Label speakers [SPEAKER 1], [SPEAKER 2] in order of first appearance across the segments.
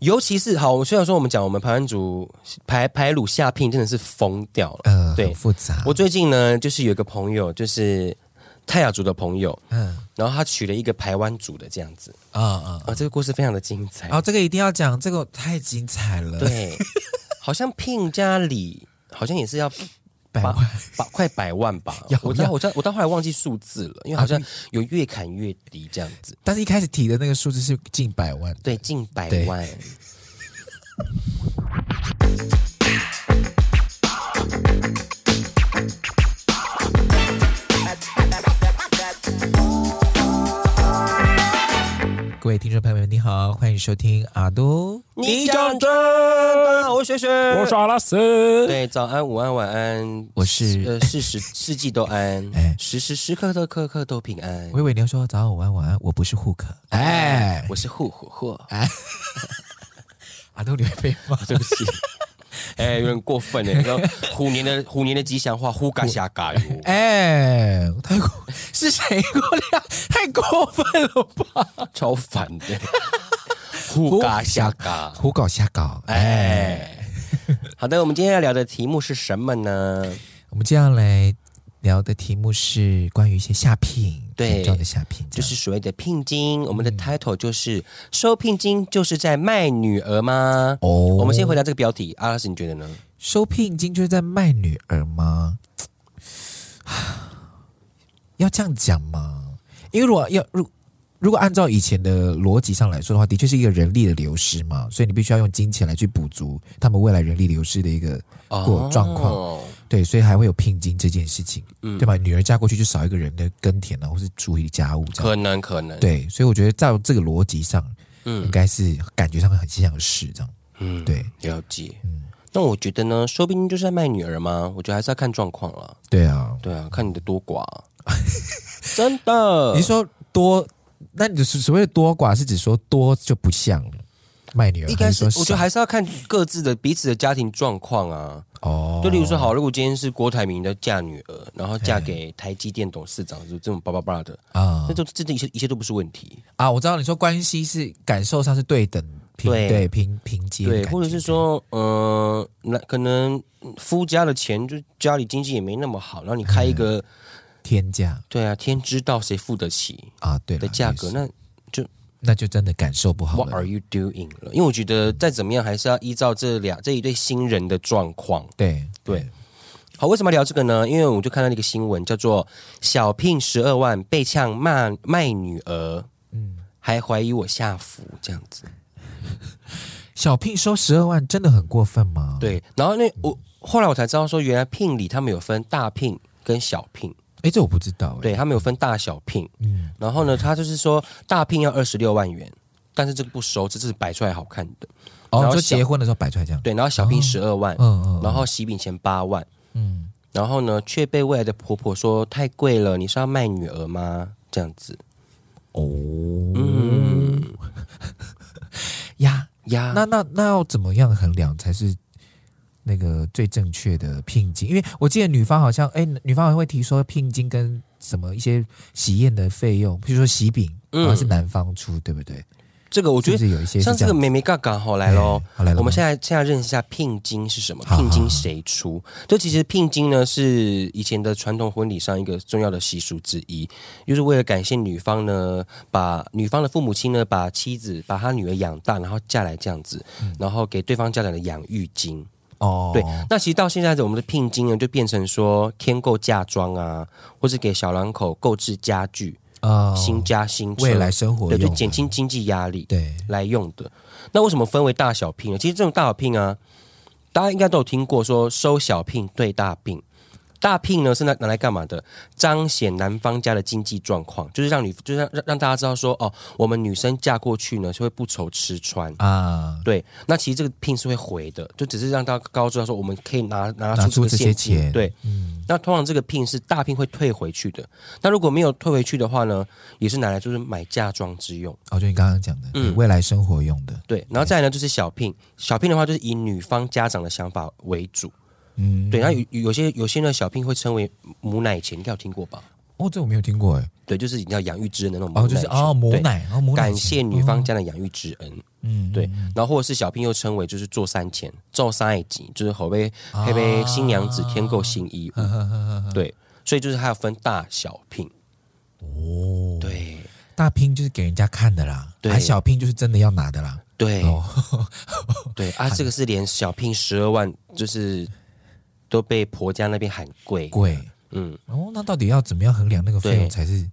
[SPEAKER 1] 尤其是好，我们虽然说我们讲我们排湾族排排鲁下聘真的是疯掉了，
[SPEAKER 2] 呃，
[SPEAKER 1] 对
[SPEAKER 2] 很复杂，
[SPEAKER 1] 我最近呢，就是有一个朋友，就是泰雅族的朋友，
[SPEAKER 2] 嗯
[SPEAKER 1] 然后他娶了一个排湾族的这样子
[SPEAKER 2] 啊啊，
[SPEAKER 1] 啊，这个故事非常的精彩。
[SPEAKER 2] 哦，这个一定要讲，这个太精彩了，，
[SPEAKER 1] 对，好像聘家里好像也是要
[SPEAKER 2] 百
[SPEAKER 1] 八
[SPEAKER 2] 万
[SPEAKER 1] 八快百万吧
[SPEAKER 2] 要，
[SPEAKER 1] 我到
[SPEAKER 2] 要
[SPEAKER 1] 我到我到后来忘记数字了，因为好
[SPEAKER 2] 啊
[SPEAKER 1] 像有越砍越低这样子，
[SPEAKER 2] 但是一开始提的那个数字是近百万，
[SPEAKER 1] 对，近百
[SPEAKER 2] 对
[SPEAKER 1] 万。
[SPEAKER 2] 各位听众朋友们，你好，欢迎收听阿都，
[SPEAKER 1] 你讲真，大家好我是雪雪，我
[SPEAKER 2] 阿 拉斯，
[SPEAKER 1] 对，早安、午安、晚安，
[SPEAKER 2] 我是，
[SPEAKER 1] 呃，事时世纪都安
[SPEAKER 2] 哎，
[SPEAKER 1] 时时时刻刻刻刻都平安
[SPEAKER 2] 我。以为你要说早安、午安、晚安，我不是户口，哎，
[SPEAKER 1] 我是护火货，
[SPEAKER 2] 阿都你会被骂，
[SPEAKER 1] 对不起。 哎，有点过分哎！然后虎年的虎年的吉祥话“呼嘎虾嘎哟
[SPEAKER 2] 哎，太过 是谁过量，太过分了吧？”，
[SPEAKER 1] 超烦 的。呼嘎虾嘎，
[SPEAKER 2] 胡搞瞎搞，哎，
[SPEAKER 1] 哎，好的，我们今天要聊的题目是什么呢？
[SPEAKER 2] 我们接下来聊的题目是关于一些下聘，
[SPEAKER 1] 对
[SPEAKER 2] 这样的下聘，
[SPEAKER 1] 就
[SPEAKER 2] 这样
[SPEAKER 1] 是所谓的聘金。我
[SPEAKER 2] 嗯
[SPEAKER 1] 们的 title 就是“收聘金就是在卖女儿吗？”
[SPEAKER 2] 哦，
[SPEAKER 1] 我们先回答这个标题，阿拉斯你觉得呢？
[SPEAKER 2] 收聘金就是在卖女儿吗？ 要这样讲吗？因为如果要如如果按照以前的逻辑上来说的话，的确是一个人力的流失嘛，所以你必须要用金钱来去补足他们未来人力流失的一个过状况。
[SPEAKER 1] 哦
[SPEAKER 2] 对，所以还会有聘金这件事情，
[SPEAKER 1] 嗯
[SPEAKER 2] 对吧？女儿嫁过去就少一个人的耕田啊，或是处理家务这样。
[SPEAKER 1] 可能可能，
[SPEAKER 2] 对，所以我觉得照这个逻辑上，应
[SPEAKER 1] 嗯
[SPEAKER 2] 该是感觉上很像是这样。
[SPEAKER 1] 嗯，
[SPEAKER 2] 对，
[SPEAKER 1] 了解。
[SPEAKER 2] 嗯，
[SPEAKER 1] 那我觉得呢，收聘金就是在卖女儿吗？我觉得还是要看状况了。
[SPEAKER 2] 对啊。
[SPEAKER 1] 对啊，看你的多寡， 真的
[SPEAKER 2] 你。说多，那你所所谓的多寡是指说多就不像卖女儿，
[SPEAKER 1] 应该是
[SPEAKER 2] 还，说
[SPEAKER 1] 我觉得
[SPEAKER 2] 少
[SPEAKER 1] 还是要看各自的彼此的家庭状况啊。
[SPEAKER 2] 哦，
[SPEAKER 1] 就例如说，好，如果今天是郭台铭的嫁女儿，然后嫁给台积电董事长，就这种巴拉巴拉的，
[SPEAKER 2] 啊
[SPEAKER 1] 那都这这一切一切都不是问题。
[SPEAKER 2] 啊，我知道你说关系是感受上是对等平
[SPEAKER 1] 对
[SPEAKER 2] 对平平阶的
[SPEAKER 1] 对，
[SPEAKER 2] 感
[SPEAKER 1] 或者
[SPEAKER 2] 觉
[SPEAKER 1] 是说，嗯，那可能夫家的钱就家里经济也没那么好，然后你开一个，
[SPEAKER 2] 嗯天价
[SPEAKER 1] 对啊，天知道谁付得起
[SPEAKER 2] 啊，对啦
[SPEAKER 1] 的价
[SPEAKER 2] 也
[SPEAKER 1] 格，
[SPEAKER 2] 是
[SPEAKER 1] 那
[SPEAKER 2] 那就真的感受不好
[SPEAKER 1] What
[SPEAKER 2] 了
[SPEAKER 1] are。you doing 了？因为我觉得再怎么样，还是要依照这俩这一对新人的状况。
[SPEAKER 2] 对
[SPEAKER 1] 对，好，为什么要聊这个呢？因为我就看到那个新闻，叫做“小聘十二万被呛骂卖女儿”，嗯，还怀疑我下浮这样子。
[SPEAKER 2] 嗯小聘收十二万真的很过分吗？
[SPEAKER 1] 对，然后那我后来我才知道说，原来聘礼他们有分大聘跟小聘，
[SPEAKER 2] 哎，这我不知道。哎，
[SPEAKER 1] 对他们有分大小聘。
[SPEAKER 2] 嗯，
[SPEAKER 1] 然后呢，他就是说大聘要二十六万元，但是这个不收，这是摆出来好看的。然
[SPEAKER 2] 哦，
[SPEAKER 1] 后
[SPEAKER 2] 就
[SPEAKER 1] 小
[SPEAKER 2] 结婚的时候摆出来这样。，
[SPEAKER 1] 对，然后小聘十二万，
[SPEAKER 2] 嗯嗯，
[SPEAKER 1] 然后喜饼钱八万。
[SPEAKER 2] 嗯，
[SPEAKER 1] 然后呢，却被未来的婆婆说太贵了，你是要卖女儿吗？这样子
[SPEAKER 2] 哦，
[SPEAKER 1] 嗯
[SPEAKER 2] 呀，
[SPEAKER 1] 呀，
[SPEAKER 2] 嗯那那那要怎么样衡量才是那个最正确的聘金？因为我记得女方好像，哎，女方还会提说聘金跟什么一些喜宴的费用，比如说喜饼，好
[SPEAKER 1] 嗯
[SPEAKER 2] 像是男方出，对不对？
[SPEAKER 1] 这个我觉
[SPEAKER 2] 是不
[SPEAKER 1] 得
[SPEAKER 2] 是有一些是
[SPEAKER 1] 像这
[SPEAKER 2] 这
[SPEAKER 1] 个
[SPEAKER 2] 样
[SPEAKER 1] 妹妹嘎嘎好来喽
[SPEAKER 2] 哎。好来了吗，
[SPEAKER 1] 我们现在现在认识一下聘金是什么？
[SPEAKER 2] 好
[SPEAKER 1] 聘金谁出？就其实聘金呢是以前的传统婚礼上一个重要的习俗之一，就是为了感谢女方呢，把女方的父母亲呢把妻子把她女儿养大，然后嫁来这样子，
[SPEAKER 2] 嗯
[SPEAKER 1] 然后给对方家长的养育金。
[SPEAKER 2] 哦，
[SPEAKER 1] 对，那其实到现在的我们的聘金呢，就变成说添购嫁妆啊，或是给小两口购置家具、
[SPEAKER 2] 呃，
[SPEAKER 1] 新家新车，
[SPEAKER 2] 未来生活
[SPEAKER 1] 对，就
[SPEAKER 2] 用
[SPEAKER 1] 减
[SPEAKER 2] 的
[SPEAKER 1] 轻经济压力
[SPEAKER 2] 对
[SPEAKER 1] 来用的。那为什么分为大小聘呢？其实这种大小聘啊，大家应该都有听过说收小聘对大聘。大聘呢是拿拿来干嘛的？彰显男方家的经济状况，就是让女，就是让让让大家知道说，哦，我们女生嫁过去呢是会不愁吃穿，
[SPEAKER 2] 啊，
[SPEAKER 1] 对，那其实这个聘是会回的，就只是让大家高知道说我们可以拿拿
[SPEAKER 2] 拿
[SPEAKER 1] 出
[SPEAKER 2] 出
[SPEAKER 1] 个
[SPEAKER 2] 这些
[SPEAKER 1] 现金
[SPEAKER 2] 钱，
[SPEAKER 1] 对，
[SPEAKER 2] 嗯，
[SPEAKER 1] 那通常这个聘是大聘会退回去的，那如果没有退回去的话呢，也是拿来就是买嫁妆之用。
[SPEAKER 2] 哦，就你刚刚讲的，
[SPEAKER 1] 嗯
[SPEAKER 2] 未来生活用的，
[SPEAKER 1] 对，然后再来呢就是小聘，小聘的话就是以女方家长的想法为主。
[SPEAKER 2] 嗯，
[SPEAKER 1] 对，然后有有些有些呢小聘会称为母奶钱，应该有听过吧？
[SPEAKER 2] 哦，这我没有听过哎。
[SPEAKER 1] 对，就是你要养育之恩的那种母
[SPEAKER 2] 哦，就是
[SPEAKER 1] 钱
[SPEAKER 2] 哦，母
[SPEAKER 1] 对
[SPEAKER 2] 奶，哦，母奶
[SPEAKER 1] 感
[SPEAKER 2] 钱
[SPEAKER 1] 谢女方家的养育之恩，
[SPEAKER 2] 嗯，
[SPEAKER 1] 对，然后或者是小聘又称为就是做三钱，做三级，就是后被
[SPEAKER 2] 啊
[SPEAKER 1] 后被新娘子添购新衣物，对，所以就是它要分大小聘，
[SPEAKER 2] 哦，
[SPEAKER 1] 对
[SPEAKER 2] 大拼就是给人家看的啦，
[SPEAKER 1] 对哎
[SPEAKER 2] 啊，小拼就是真的要拿的啦。
[SPEAKER 1] 对
[SPEAKER 2] 哦，
[SPEAKER 1] 对啊，这个是连小聘十二万就是都被婆家那边喊贵，
[SPEAKER 2] 贵
[SPEAKER 1] 嗯，
[SPEAKER 2] 哦，那到底要怎么样衡量那个费用
[SPEAKER 1] 对
[SPEAKER 2] 才是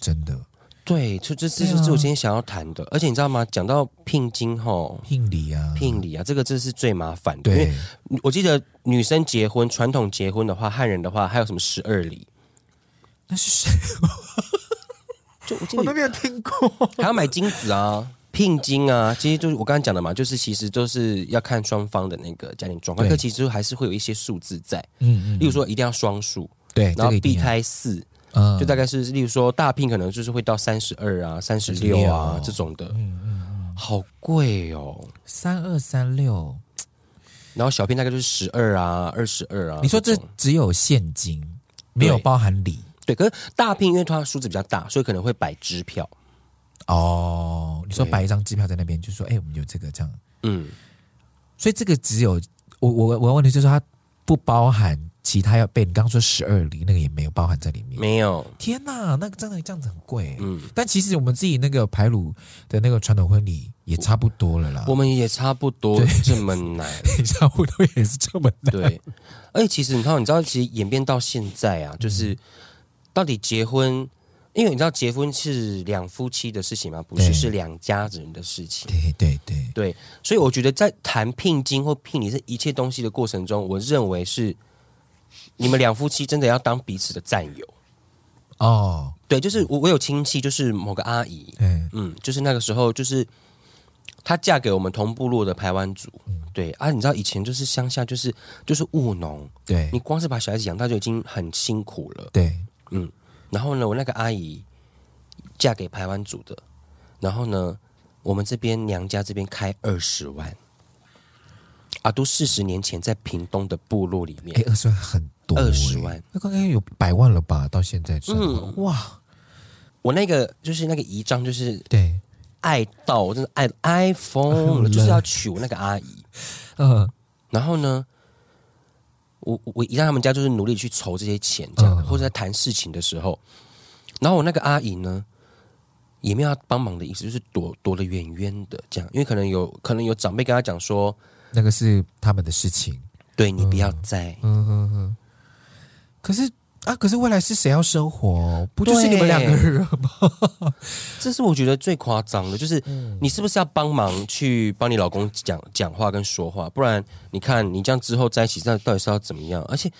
[SPEAKER 2] 真的
[SPEAKER 1] 对，就这这
[SPEAKER 2] 对啊
[SPEAKER 1] 就是我今天想要谈的，而且你知道吗？讲到聘金吼。
[SPEAKER 2] 聘礼啊？
[SPEAKER 1] 聘礼啊，这个这是最麻烦的。因为
[SPEAKER 2] 对，
[SPEAKER 1] 我记得女生结婚，传统结婚的话，汉人的话，还有什么十二礼，
[SPEAKER 2] 那是 谁？
[SPEAKER 1] 就我记得
[SPEAKER 2] 没有听过。
[SPEAKER 1] 还要买金子 啊、聘金啊，其实就是我刚刚讲的嘛，就是其实都是要看双方的那个家庭状况，
[SPEAKER 2] 对
[SPEAKER 1] 但其实还是会有一些数字在，
[SPEAKER 2] 嗯
[SPEAKER 1] 例如说一定要双数，
[SPEAKER 2] 对，
[SPEAKER 1] 然
[SPEAKER 2] 这
[SPEAKER 1] 后
[SPEAKER 2] 个一定
[SPEAKER 1] 避
[SPEAKER 2] 要，
[SPEAKER 1] 开四，
[SPEAKER 2] 嗯
[SPEAKER 1] 就大概是例如说大聘可能就是会到三十二啊、三十六啊
[SPEAKER 2] 36
[SPEAKER 1] 这种的，
[SPEAKER 2] 嗯
[SPEAKER 1] 好贵哦。
[SPEAKER 2] 三二三六。
[SPEAKER 1] 然后小聘大概就是十二啊、二十二啊种。
[SPEAKER 2] 你说这只有现金，没有包含礼
[SPEAKER 1] 对？可是大聘因为它数字比较大，所以可能会摆支票。
[SPEAKER 2] 哦？你说
[SPEAKER 1] 对
[SPEAKER 2] 摆一张支票在那边，就说哎，我们有这个这样，
[SPEAKER 1] 嗯，
[SPEAKER 2] 所以这个只有我我我要问的就是它不包含其他要被你刚刚说十二礼那个也没有包含在里面。
[SPEAKER 1] 没有，
[SPEAKER 2] 天呐，那个真的这样子很贵。欸
[SPEAKER 1] 嗯，
[SPEAKER 2] 但其实我们自己那个排鲁的那个传统婚礼也差不多了啦，
[SPEAKER 1] 我们也差不多这么难。
[SPEAKER 2] 差不多也是这么难。
[SPEAKER 1] 对，而且其实你看，你知道，其实演变到现在啊，
[SPEAKER 2] 嗯
[SPEAKER 1] 就是到底结婚，因为你知道结婚是两夫妻的事情嘛，不
[SPEAKER 2] 对
[SPEAKER 1] 是是两家人的事情。
[SPEAKER 2] 对对对，
[SPEAKER 1] 对，所以我觉得在谈聘金或聘礼这一切东西的过程中，我认为是你们两夫妻真的要当彼此的战友。
[SPEAKER 2] 哦，
[SPEAKER 1] 对，就是我我有亲戚，就是某个阿姨，
[SPEAKER 2] 嗯，
[SPEAKER 1] 嗯，就是那个时候，就是她嫁给我们同部落的台湾族。
[SPEAKER 2] 嗯
[SPEAKER 1] 对啊，你知道以前就是乡下，就是就是务农，
[SPEAKER 2] 对
[SPEAKER 1] 你光是把小孩子养大就已经很辛苦了。
[SPEAKER 2] 对，
[SPEAKER 1] 然后呢，我那个阿姨嫁给台湾族的，然后呢，我们这边娘家这边开二十万，啊，都四十年前在屏东的部落里面
[SPEAKER 2] 哎，，二十万很多，
[SPEAKER 1] 20万嗯
[SPEAKER 2] 哎，那刚刚有百万了吧？到现在算的话，哇，
[SPEAKER 1] 我那个就是那个姨丈，就是
[SPEAKER 2] 对，
[SPEAKER 1] 爱到我真的爱 iPhone 了，就是要娶我那个阿姨。
[SPEAKER 2] 嗯
[SPEAKER 1] 然后呢，我我我一让他们家就是努力去筹这些钱，这样、
[SPEAKER 2] 嗯
[SPEAKER 1] 或者在谈事情的时候，然后我那个阿姨呢，也没有要帮忙的意思，就是躲躲得远远的这样，因为可能有可能有长辈跟她讲说，
[SPEAKER 2] 那个是他们的事情，
[SPEAKER 1] 对你不要在，
[SPEAKER 2] 嗯嗯嗯。可是啊，可是未来是谁要生活？不就是你们
[SPEAKER 1] 对
[SPEAKER 2] 两个人吗？
[SPEAKER 1] 这是我觉得最夸张的，就是你是不是要帮忙去帮你老公讲讲话跟说话，不然你看你这样之后在一起，那到底是要怎么样？而且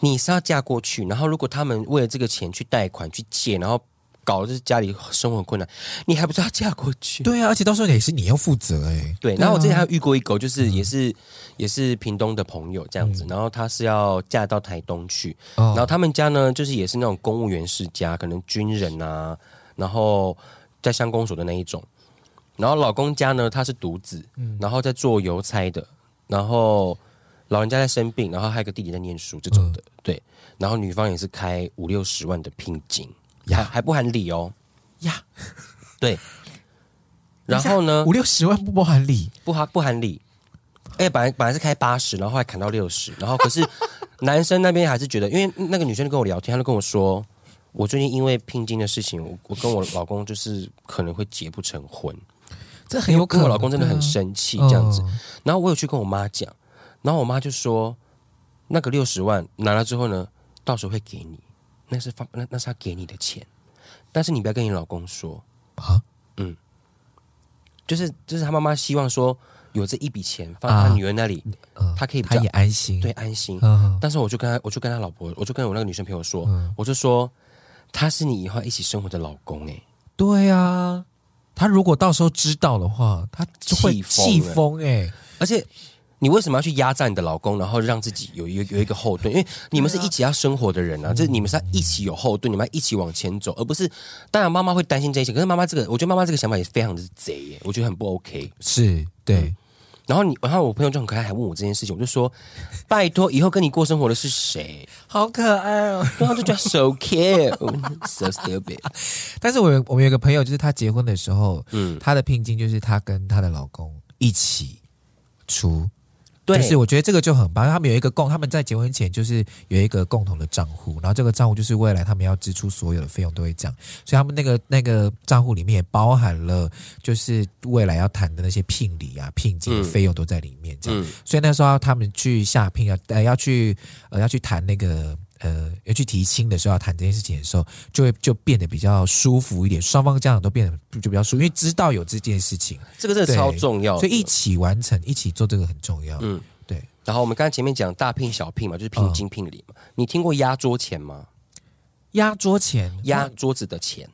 [SPEAKER 1] 你是要嫁过去，然后如果他们为了这个钱去贷款去借，然后搞的是家里生活很困难，你还不是要嫁过去？
[SPEAKER 2] 对啊，而且到时候也是你要负责哎、
[SPEAKER 1] 对，然后我之
[SPEAKER 2] 这
[SPEAKER 1] 前还有遇过一个，就是也是、也是屏东的朋友这样子，然后她是要嫁到台东去，
[SPEAKER 2] 哦
[SPEAKER 1] 然后他们家呢就是也是那种公务员世家，可能军人啊，然后在乡公所的那一种，然后老公家呢他是独子，然后在做邮差的，然后老人家在生病，然后还有个弟弟在念书这种的，对，然后女方也是开五六十万的聘金，还还不含礼哦，
[SPEAKER 2] 呀，
[SPEAKER 1] 对，然后呢
[SPEAKER 2] 五六十万不包含礼，
[SPEAKER 1] 不含不含礼。哎、本来本来是开八十，然后后来砍到六十，然后可是 男生那边还是觉得，因为那个女生就跟我聊天，她就跟我说，我最近因为聘金的事情，我我跟我老公就是可能会结不成婚，
[SPEAKER 2] 这很有可
[SPEAKER 1] 因为
[SPEAKER 2] 能。
[SPEAKER 1] 我老公真的很
[SPEAKER 2] 对啊
[SPEAKER 1] 生气这样子。
[SPEAKER 2] 嗯
[SPEAKER 1] 然后我有去跟我妈讲，然后我妈就说，那个六十万拿了之后呢，到时候会给你，那是放那那是他给你的钱，但是你不要跟你老公说，
[SPEAKER 2] 啊，
[SPEAKER 1] 就是就是他妈妈希望说有这一笔钱放在他
[SPEAKER 2] 啊
[SPEAKER 1] 女儿那里，
[SPEAKER 2] 嗯
[SPEAKER 1] 她可以比
[SPEAKER 2] 他
[SPEAKER 1] 较
[SPEAKER 2] 也安心。
[SPEAKER 1] 对，安心。
[SPEAKER 2] 嗯，
[SPEAKER 1] 但是我就跟他，我就跟他老婆，我就跟我那个女生朋友说，我就说他是你以后一起生活的老公哎、
[SPEAKER 2] 对啊，他如果到时候知道的话，他就会
[SPEAKER 1] 气疯
[SPEAKER 2] 气
[SPEAKER 1] 了
[SPEAKER 2] 疯哎。
[SPEAKER 1] 而且你为什么要去压榨你的老公，然后让自己有有有一个后盾？因为你们是一起要生活的人啊，就是你们是要一起有后盾，你们要一起往前走，而不是当然妈妈会担心这些，可是妈妈这个，我觉得妈妈这个想法也非常的贼耶、我觉得很不 OK。
[SPEAKER 2] 是对，
[SPEAKER 1] 然后你，然后我朋友就很可爱，还问我这件事情，我就说，拜托，以后跟你过生活的是谁？
[SPEAKER 2] 好可爱哦！
[SPEAKER 1] 然后他就觉得 so care，so stupid。
[SPEAKER 2] 但是我有我们有个朋友，就是她结婚的时候，嗯，她的聘金就是她跟她的老公一起出，
[SPEAKER 1] 对，
[SPEAKER 2] 就是我觉得这个就很棒。因为他们有一个共，他们在结婚前就是有一个共同的账户，然后这个账户就是未来他们要支出所有的费用都会这样，所以他们那个那个账户里面也包含了就是未来要谈的那些聘礼啊、聘金的费用都在里面这样。
[SPEAKER 1] 嗯
[SPEAKER 2] 所以那时候他们去下聘要呃要去呃要去谈那个呃要去提亲的时候要谈这件事情的时候，就会就变得比较舒服一点，双方家长都变得就比较舒服，因为知道有这件事情，
[SPEAKER 1] 这个真的超重要的。
[SPEAKER 2] 所以一起完成、一起做这个很重要。
[SPEAKER 1] 嗯
[SPEAKER 2] 对，
[SPEAKER 1] 然后我们刚才前面讲大聘小聘嘛，就是聘金聘礼嘛。你听过压桌钱吗？
[SPEAKER 2] 压桌钱
[SPEAKER 1] 压桌子的钱，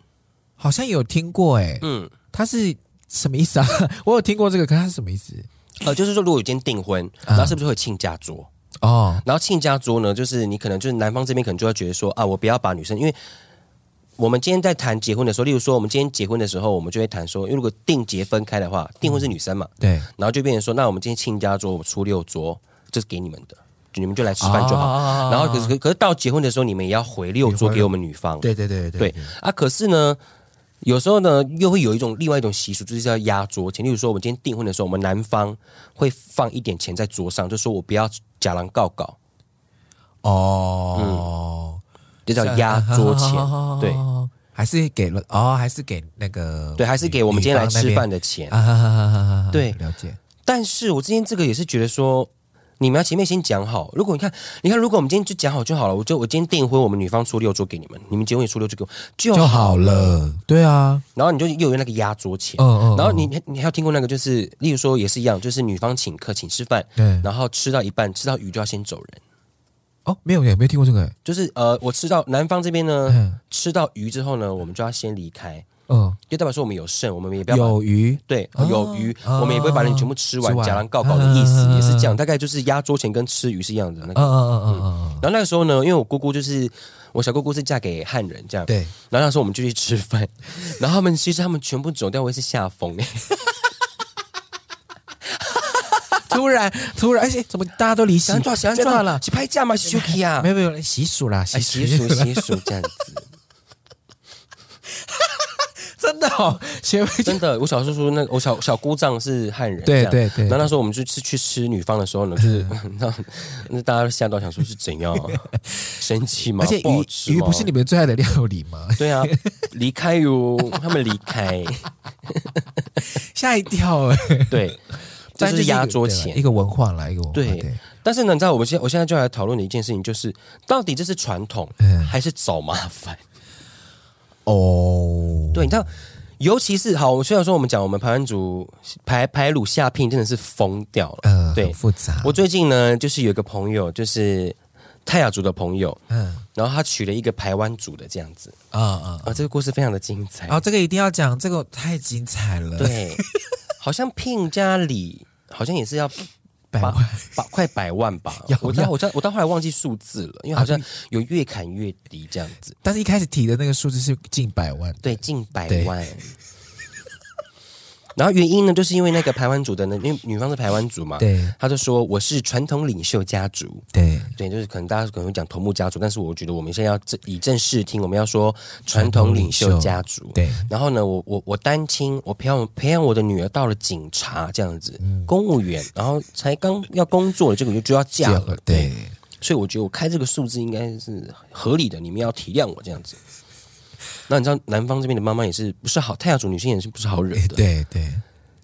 [SPEAKER 2] 好像有听过哎、
[SPEAKER 1] 嗯，
[SPEAKER 2] 它是什么意思啊？ 我有听过这个，可是它是什么意思？
[SPEAKER 1] 呃，就是说如果有一间订婚，然后是不是会有亲家桌？
[SPEAKER 2] 哦，
[SPEAKER 1] 然后亲家桌呢，就是你可能就是男方这边可能就会觉得说啊，我不要把女生，因为我们今天在谈结婚的时候，例如说我们今天结婚的时候，我们就会谈说，因为如果定结分开的话，订婚是女生嘛，
[SPEAKER 2] 对，
[SPEAKER 1] 然后就变成说，那我们今天亲家桌我出六桌，这是给你们的，就你们就来吃饭就好。
[SPEAKER 2] 哦
[SPEAKER 1] 然后可是可是到结婚的时候，啊你们也要回六桌给我们女方。
[SPEAKER 2] 对对对
[SPEAKER 1] 对啊，可是呢，有时候呢又会有一种另外一种习俗，就是要压桌钱。例如说，我们今天订婚的时候，我们男方会放一点钱在桌上，就说我不要假狼告告，
[SPEAKER 2] 哦，
[SPEAKER 1] 就嗯叫压桌
[SPEAKER 2] 啊
[SPEAKER 1] 钱。对
[SPEAKER 2] 对，还是给了哦，还是给那个
[SPEAKER 1] 对，还是给我们今天来吃 饭的钱。
[SPEAKER 2] 啊哈哈哈哈，
[SPEAKER 1] 对
[SPEAKER 2] 了解。
[SPEAKER 1] 但是我之前这个也是觉得说，你们要前面先讲好。如果你看，你看，如果我们今天就讲好就好了，我就我今天订婚，我们女方出六桌给你们，你们结婚也出六桌给我就
[SPEAKER 2] 就
[SPEAKER 1] 好。
[SPEAKER 2] 好了，对啊，
[SPEAKER 1] 然后你就又有那个压桌钱。
[SPEAKER 2] 嗯嗯，
[SPEAKER 1] 然后你
[SPEAKER 2] 嗯
[SPEAKER 1] 你你还有听过那个，就是例如说也是一样，就是女方请客请吃饭，
[SPEAKER 2] 对
[SPEAKER 1] 然后吃到一半吃到鱼就要先走人，
[SPEAKER 2] 哦，没有有没有听过这个？
[SPEAKER 1] 就是呃，我吃到男方这边呢，
[SPEAKER 2] 嗯
[SPEAKER 1] 吃到鱼之后呢，我们就要先离开，
[SPEAKER 2] 嗯，
[SPEAKER 1] 就代表说我们有剩，我们也不要把
[SPEAKER 2] 有鱼
[SPEAKER 1] 对
[SPEAKER 2] 哦
[SPEAKER 1] 有鱼，
[SPEAKER 2] 哦
[SPEAKER 1] 我们也不会把你全部吃完
[SPEAKER 2] 吃，完
[SPEAKER 1] 假狼告告的意思
[SPEAKER 2] 嗯嗯嗯
[SPEAKER 1] 也是这样，大概就是压桌钱跟吃鱼是一样的那个。
[SPEAKER 2] 嗯嗯嗯嗯嗯，
[SPEAKER 1] 然后那个时候呢，因为我姑姑就是我小姑姑是嫁给汉人这样，
[SPEAKER 2] 对，
[SPEAKER 1] 然后那时候我们就去吃饭， 然后他们其实他们全部走掉，我也是吓疯哎。
[SPEAKER 2] 突然突然，而且怎么大家都离席
[SPEAKER 1] 想抓想抓
[SPEAKER 2] 真 的
[SPEAKER 1] 了，去拍架嘛，休息啊
[SPEAKER 2] 没，有没有习俗啦，习
[SPEAKER 1] 哎，习俗习俗这样子，
[SPEAKER 2] 真的哦，学 会
[SPEAKER 1] 真的，我小叔叔那个我小小姑丈是汉人，
[SPEAKER 2] 对
[SPEAKER 1] 这样
[SPEAKER 2] 对对
[SPEAKER 1] 然后那时候我们就去去吃女方的时候呢，就是 那那大家都吓到，想说是怎样 啊生气吗？
[SPEAKER 2] 而且
[SPEAKER 1] 不好
[SPEAKER 2] 鱼
[SPEAKER 1] 吃
[SPEAKER 2] 鱼
[SPEAKER 1] 吗
[SPEAKER 2] 不是你们最爱的料理吗？
[SPEAKER 1] 对啊，离开哟，他们离开，
[SPEAKER 2] 吓一跳 哎，
[SPEAKER 1] 对，这欸就是压桌钱
[SPEAKER 2] 一。个文化啦，一个文化
[SPEAKER 1] 对
[SPEAKER 2] 对，
[SPEAKER 1] 但是呢，你知道我们现在我现在就来讨论的一件事情，就是到底这是传统
[SPEAKER 2] 嗯
[SPEAKER 1] 还是找麻烦？
[SPEAKER 2] 哦，
[SPEAKER 1] 对，你知道，尤其是好，我虽然说我们讲我们排湾族排排鲁下聘真的是疯掉了。
[SPEAKER 2] 呃，
[SPEAKER 1] 对
[SPEAKER 2] 很复杂，
[SPEAKER 1] 我最近呢，就是有一个朋友，就是泰雅族的朋友，
[SPEAKER 2] 嗯
[SPEAKER 1] 然后他娶了一个排湾族的这样子
[SPEAKER 2] 啊啊，
[SPEAKER 1] 啊，这个故事非常的精彩。
[SPEAKER 2] 哦然后这个一定要讲，这个太精彩了，，
[SPEAKER 1] 对，好像聘家里好像也是要
[SPEAKER 2] 百
[SPEAKER 1] 八
[SPEAKER 2] 万
[SPEAKER 1] 八快百万吧
[SPEAKER 2] 要。
[SPEAKER 1] 我到
[SPEAKER 2] 要
[SPEAKER 1] 我到我到后来忘记数字了，因为好
[SPEAKER 2] 啊
[SPEAKER 1] 像有越砍越低这样子。
[SPEAKER 2] 但是一开始提的那个数字是近百万，
[SPEAKER 1] 对，近百
[SPEAKER 2] 对
[SPEAKER 1] 万。然后原因呢，就是因为那个排湾族的那，因为女方是排湾族嘛，
[SPEAKER 2] 对
[SPEAKER 1] 他就说我是传统领袖家族，
[SPEAKER 2] 对，
[SPEAKER 1] 对，就是可能大家可能会讲头目家族，但是我觉得我们现在要正以正视听，我们要说传统领袖家族。
[SPEAKER 2] 对，
[SPEAKER 1] 然后呢，我我我单亲，我培养培养我的女儿到了警察这样子，公务员，然后才刚要工作了，结果就就要嫁
[SPEAKER 2] 结
[SPEAKER 1] 了
[SPEAKER 2] 合，对，
[SPEAKER 1] 所以我觉得我开这个数字应该是合理的，你们要体谅我这样子。那你知道南方这边的妈妈也是不是好泰雅族女性也是不是好惹的？
[SPEAKER 2] 对对，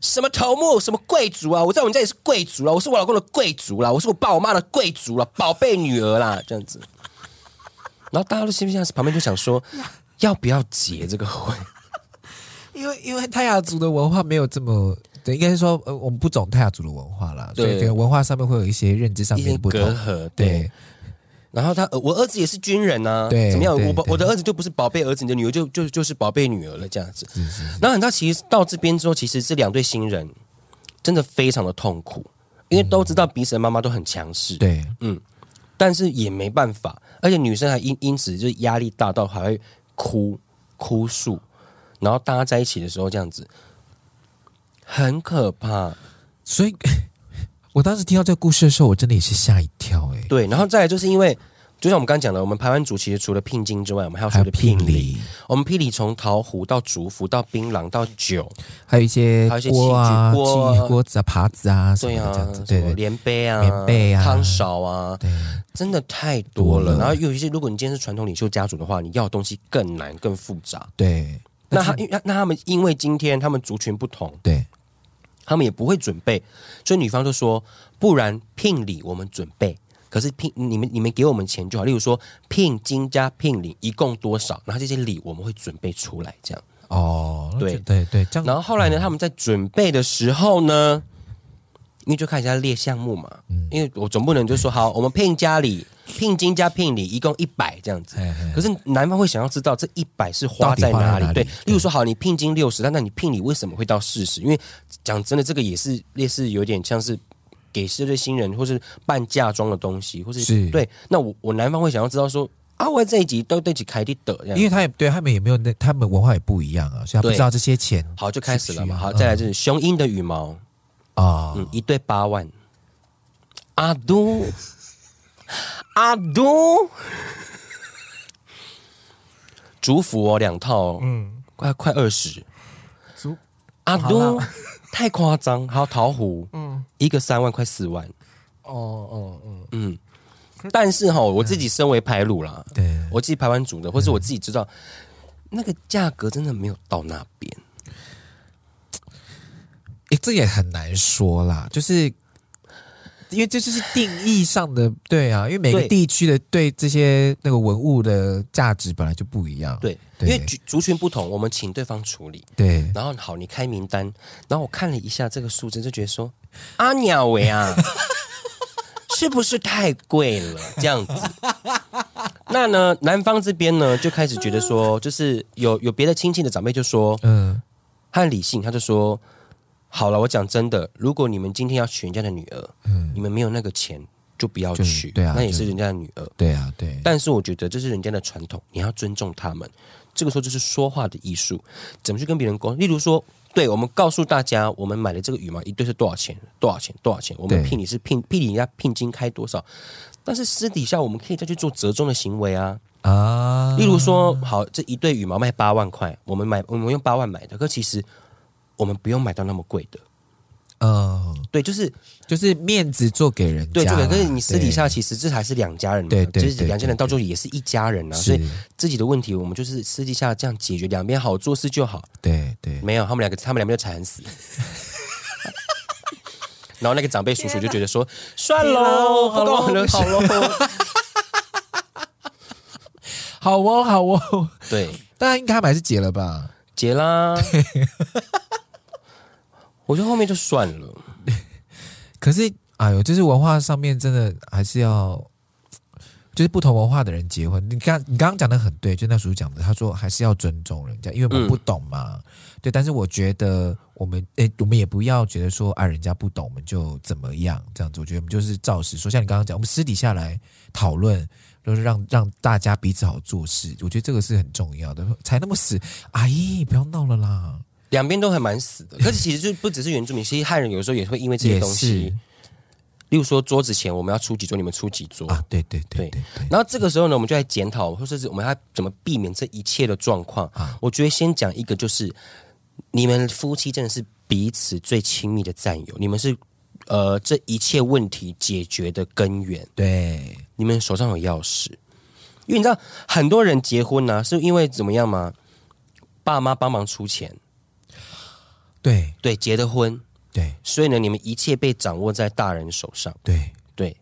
[SPEAKER 1] 什么头目，什么贵族啊！我在我们家也是贵族啦，我是我老公的贵族啦，我是我爸我妈的贵族啦，宝贝女儿啦，这样 子。然后大家都心不心旁边就想说，要不要结这个婚？
[SPEAKER 2] 因为因为泰雅族的文化没有这么。对，应该是说，呃，我们不懂泰雅族的文化啦，所以
[SPEAKER 1] 对
[SPEAKER 2] 可能文化上面会有一些认知上
[SPEAKER 1] 一
[SPEAKER 2] 面
[SPEAKER 1] 些
[SPEAKER 2] 的不同
[SPEAKER 1] 隔。阂，对。
[SPEAKER 2] 对，
[SPEAKER 1] 然后他，呃我儿子也是军人呐、
[SPEAKER 2] 对
[SPEAKER 1] 怎么样？
[SPEAKER 2] 对
[SPEAKER 1] 我宝
[SPEAKER 2] 对
[SPEAKER 1] 我的儿子就不是宝贝儿子，你的女儿就就就是宝贝女儿了，这样子。然后你知道，其实到这边之后，其实这两对新人真的非常的痛苦，因为都知道彼此的妈妈都很强势，
[SPEAKER 2] 对，
[SPEAKER 1] 但是也没办法，而且女生还因因此就是压力大到还会哭哭诉，然后大家在一起的时候这样子，很可怕。
[SPEAKER 2] 所以 我当时听到这个故事的时候，我真的也是吓一跳、欸，哎，
[SPEAKER 1] 对，然后再来就是因为，就像我们刚刚讲的，我们排湾族其实除了聘金之外，我们还有所
[SPEAKER 2] 还有
[SPEAKER 1] 谓的聘
[SPEAKER 2] 聘
[SPEAKER 1] 礼。
[SPEAKER 2] 礼，
[SPEAKER 1] 我们聘礼从桃核到竹筏到槟榔到酒，
[SPEAKER 2] 还有一些
[SPEAKER 1] 还有一些
[SPEAKER 2] 锅啊、
[SPEAKER 1] 器具锅啊
[SPEAKER 2] 鸡锅子啊、耙子啊什么
[SPEAKER 1] 对
[SPEAKER 2] 的
[SPEAKER 1] 啊
[SPEAKER 2] 这样子，，对
[SPEAKER 1] 什么
[SPEAKER 2] 对对
[SPEAKER 1] 连杯啊、
[SPEAKER 2] 棉被啊
[SPEAKER 1] 汤勺啊，
[SPEAKER 2] 对，
[SPEAKER 1] 真的太多
[SPEAKER 2] 多
[SPEAKER 1] 了。
[SPEAKER 2] 了
[SPEAKER 1] 然后尤其是如果你今天是传统领袖家族的话，你要的东西更难、更复杂。
[SPEAKER 2] 对
[SPEAKER 1] 那他因为那他们因为今天他们族群不同，
[SPEAKER 2] 对，
[SPEAKER 1] 他们也不会准备，所以女方就说，不然聘礼我们准备，可是聘你们你们给我们钱就好，例如说聘金加聘礼一共多少，然后这些礼我们会准备出来这样。
[SPEAKER 2] 哦，
[SPEAKER 1] 对
[SPEAKER 2] 对对，这样，
[SPEAKER 1] 然后后来
[SPEAKER 2] 嗯
[SPEAKER 1] 呢，他们在准备的时候呢，因为就看一下列项目嘛，
[SPEAKER 2] 嗯
[SPEAKER 1] 因为我总不能就说好，我们聘家里聘金加聘礼一共一百这样子。
[SPEAKER 2] 嘿嘿
[SPEAKER 1] 可是男方会想要知道这一百是花在哪里？
[SPEAKER 2] 到底花在哪里
[SPEAKER 1] 对
[SPEAKER 2] 对，
[SPEAKER 1] 例如说，好，你聘金六十，但那你聘礼为什么会到四十？因为讲真的，这个也是类似有点像是给这对新人或是办嫁妆的东西，或是
[SPEAKER 2] 是
[SPEAKER 1] 对。那我我男方会想要知道说啊，我在这一集都对起凯蒂的这样
[SPEAKER 2] 因。为他也对他们也没有那，他们文化也不一样啊，所以他不
[SPEAKER 1] 对
[SPEAKER 2] 知道这些钱
[SPEAKER 1] 好，就开始了嘛。
[SPEAKER 2] 是
[SPEAKER 1] 好，
[SPEAKER 2] 嗯
[SPEAKER 1] 再来就是雄鹰的羽毛，
[SPEAKER 2] 啊，
[SPEAKER 1] 嗯，一对八万。阿都，阿都，竹斧哦，两套、哦，
[SPEAKER 3] 嗯，
[SPEAKER 1] 快快二十。
[SPEAKER 3] 足
[SPEAKER 1] 阿
[SPEAKER 3] 好
[SPEAKER 1] 都
[SPEAKER 3] 啦
[SPEAKER 1] 太夸张，还有桃湖，
[SPEAKER 3] 嗯，
[SPEAKER 1] 一个三万，快四万。
[SPEAKER 3] 哦哦嗯，
[SPEAKER 1] 嗯，但是哈，我自己身为排卤啦，
[SPEAKER 2] 对，
[SPEAKER 1] 我自己排完组的，或是我自己知道，那个价格真的没有到那边。
[SPEAKER 2] 诶，这也很难说啦，就是。因为这就是定义上的，对啊，因为每个
[SPEAKER 1] 对
[SPEAKER 2] 地区的对这些那个文物的价值本来就不一样，
[SPEAKER 1] 对，因
[SPEAKER 2] 对
[SPEAKER 1] 为族族群不同，我们请对方处理。
[SPEAKER 2] 对，
[SPEAKER 1] 然后好，你开名单，然后我看了一下这个数字，就觉得说阿鸟喂 啊，是不是太贵了？这样子。那呢，男方这边呢就开始觉得说，就是有有别的亲戚的长辈就说，
[SPEAKER 2] 嗯，
[SPEAKER 1] 他很理性，他就说：“好了，我讲真的，如果你们今天要娶人家的女儿，你们没有那个钱，就不要
[SPEAKER 2] 嗯就
[SPEAKER 1] 娶，
[SPEAKER 2] 对啊
[SPEAKER 1] 那也是
[SPEAKER 2] 就
[SPEAKER 1] 人家的女儿。
[SPEAKER 2] 对啊，对，
[SPEAKER 1] 但是我觉得这是人家的传统，你要尊重他们。这个时候就是说话的艺术，怎么去跟别人沟通。例如说，对我们告诉大家，我们买的这个羽毛一对是多少钱，多少钱，多少钱，我们
[SPEAKER 2] 对
[SPEAKER 1] 聘你是聘聘人家聘金开多少。”但是私底下我们可以再去做折中的行为啊，
[SPEAKER 2] 啊，
[SPEAKER 1] 例如说，好，这一对羽毛卖八万块，我们买我们用八万买的，可其实我们不用买到那么贵的。
[SPEAKER 2] 嗯，
[SPEAKER 1] 对，就是
[SPEAKER 2] 就是面子做给人家
[SPEAKER 1] 对
[SPEAKER 2] 啦，
[SPEAKER 1] 这个，可是你私底下
[SPEAKER 2] 对
[SPEAKER 1] 其实这还是两家人嘛，
[SPEAKER 2] 对对
[SPEAKER 1] 就是
[SPEAKER 2] 对
[SPEAKER 1] 两家
[SPEAKER 2] 对
[SPEAKER 1] 人到最后也是一家人啊，所以
[SPEAKER 2] 是，
[SPEAKER 1] 自己的问题我们就是私底下这样解决，两边好做事就好。
[SPEAKER 2] 对对，
[SPEAKER 1] 没有，他们两个他们两边就吵很 死。然后那个长辈叔叔就觉得说，算喽，不关我的事。
[SPEAKER 2] 喽，好哦，好哦，
[SPEAKER 1] 对，
[SPEAKER 2] 当然应该他们还是结了吧？
[SPEAKER 1] 结啦。我觉得后面就算了。
[SPEAKER 2] 可是，哎呦，就是文化上面真的还是要，就是不同文化的人结婚。你刚你刚刚讲的很对，就那叔叔讲的，他说还是要尊重人家，因为我们
[SPEAKER 1] 嗯
[SPEAKER 2] 不懂嘛。对，但是我觉得我们，诶，我们也不要觉得说啊，人家不懂我们就怎么样这样子。我觉得我们就是照实说，像你刚刚讲，我们私底下来讨论。就是让让大家彼此好做事，我觉得这个是很重要的。才那么死，阿姨不要闹了啦，
[SPEAKER 1] 两边都还蛮死的。可是其实就不只是原住民，其实汉人有时候也会因为这些
[SPEAKER 2] 也
[SPEAKER 1] 东
[SPEAKER 2] 是
[SPEAKER 1] 西，例如说桌子前我们要出几桌，你们出几桌。
[SPEAKER 2] 啊，对对对
[SPEAKER 1] 对
[SPEAKER 2] 对对，
[SPEAKER 1] 然后这个时候呢，我们就来检讨，或者是我们要怎么避免这一切的状况。
[SPEAKER 2] 啊
[SPEAKER 1] 我觉得先讲一个，就是你们夫妻真的是彼此最亲密的战友，你们是呃这一切问题解决的根源。
[SPEAKER 2] 对，
[SPEAKER 1] 你们手上有钥匙，因为你知道很多人结婚呢、是因为怎么样吗？爸妈帮忙出钱，
[SPEAKER 2] 对
[SPEAKER 1] 对，结的婚，
[SPEAKER 2] 对
[SPEAKER 1] 所以呢，你们一切被掌握在大人手上，
[SPEAKER 2] 对，
[SPEAKER 1] 对，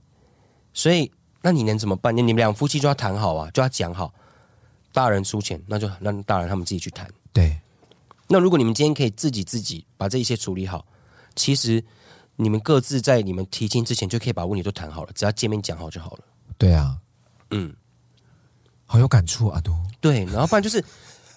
[SPEAKER 1] 所以那你能怎么办？你你们两夫妻就要谈好啊，就要讲好，大人出钱，那就让大人他们自己去谈。
[SPEAKER 2] 对，
[SPEAKER 1] 那如果你们今天可以自己自己把这一切处理好，其实你们各自在你们提亲之前就可以把问题都谈好了，只要见面讲好就好了。
[SPEAKER 2] 对啊，
[SPEAKER 1] 嗯，
[SPEAKER 2] 好有感触啊，都
[SPEAKER 1] 对，然后不然就是。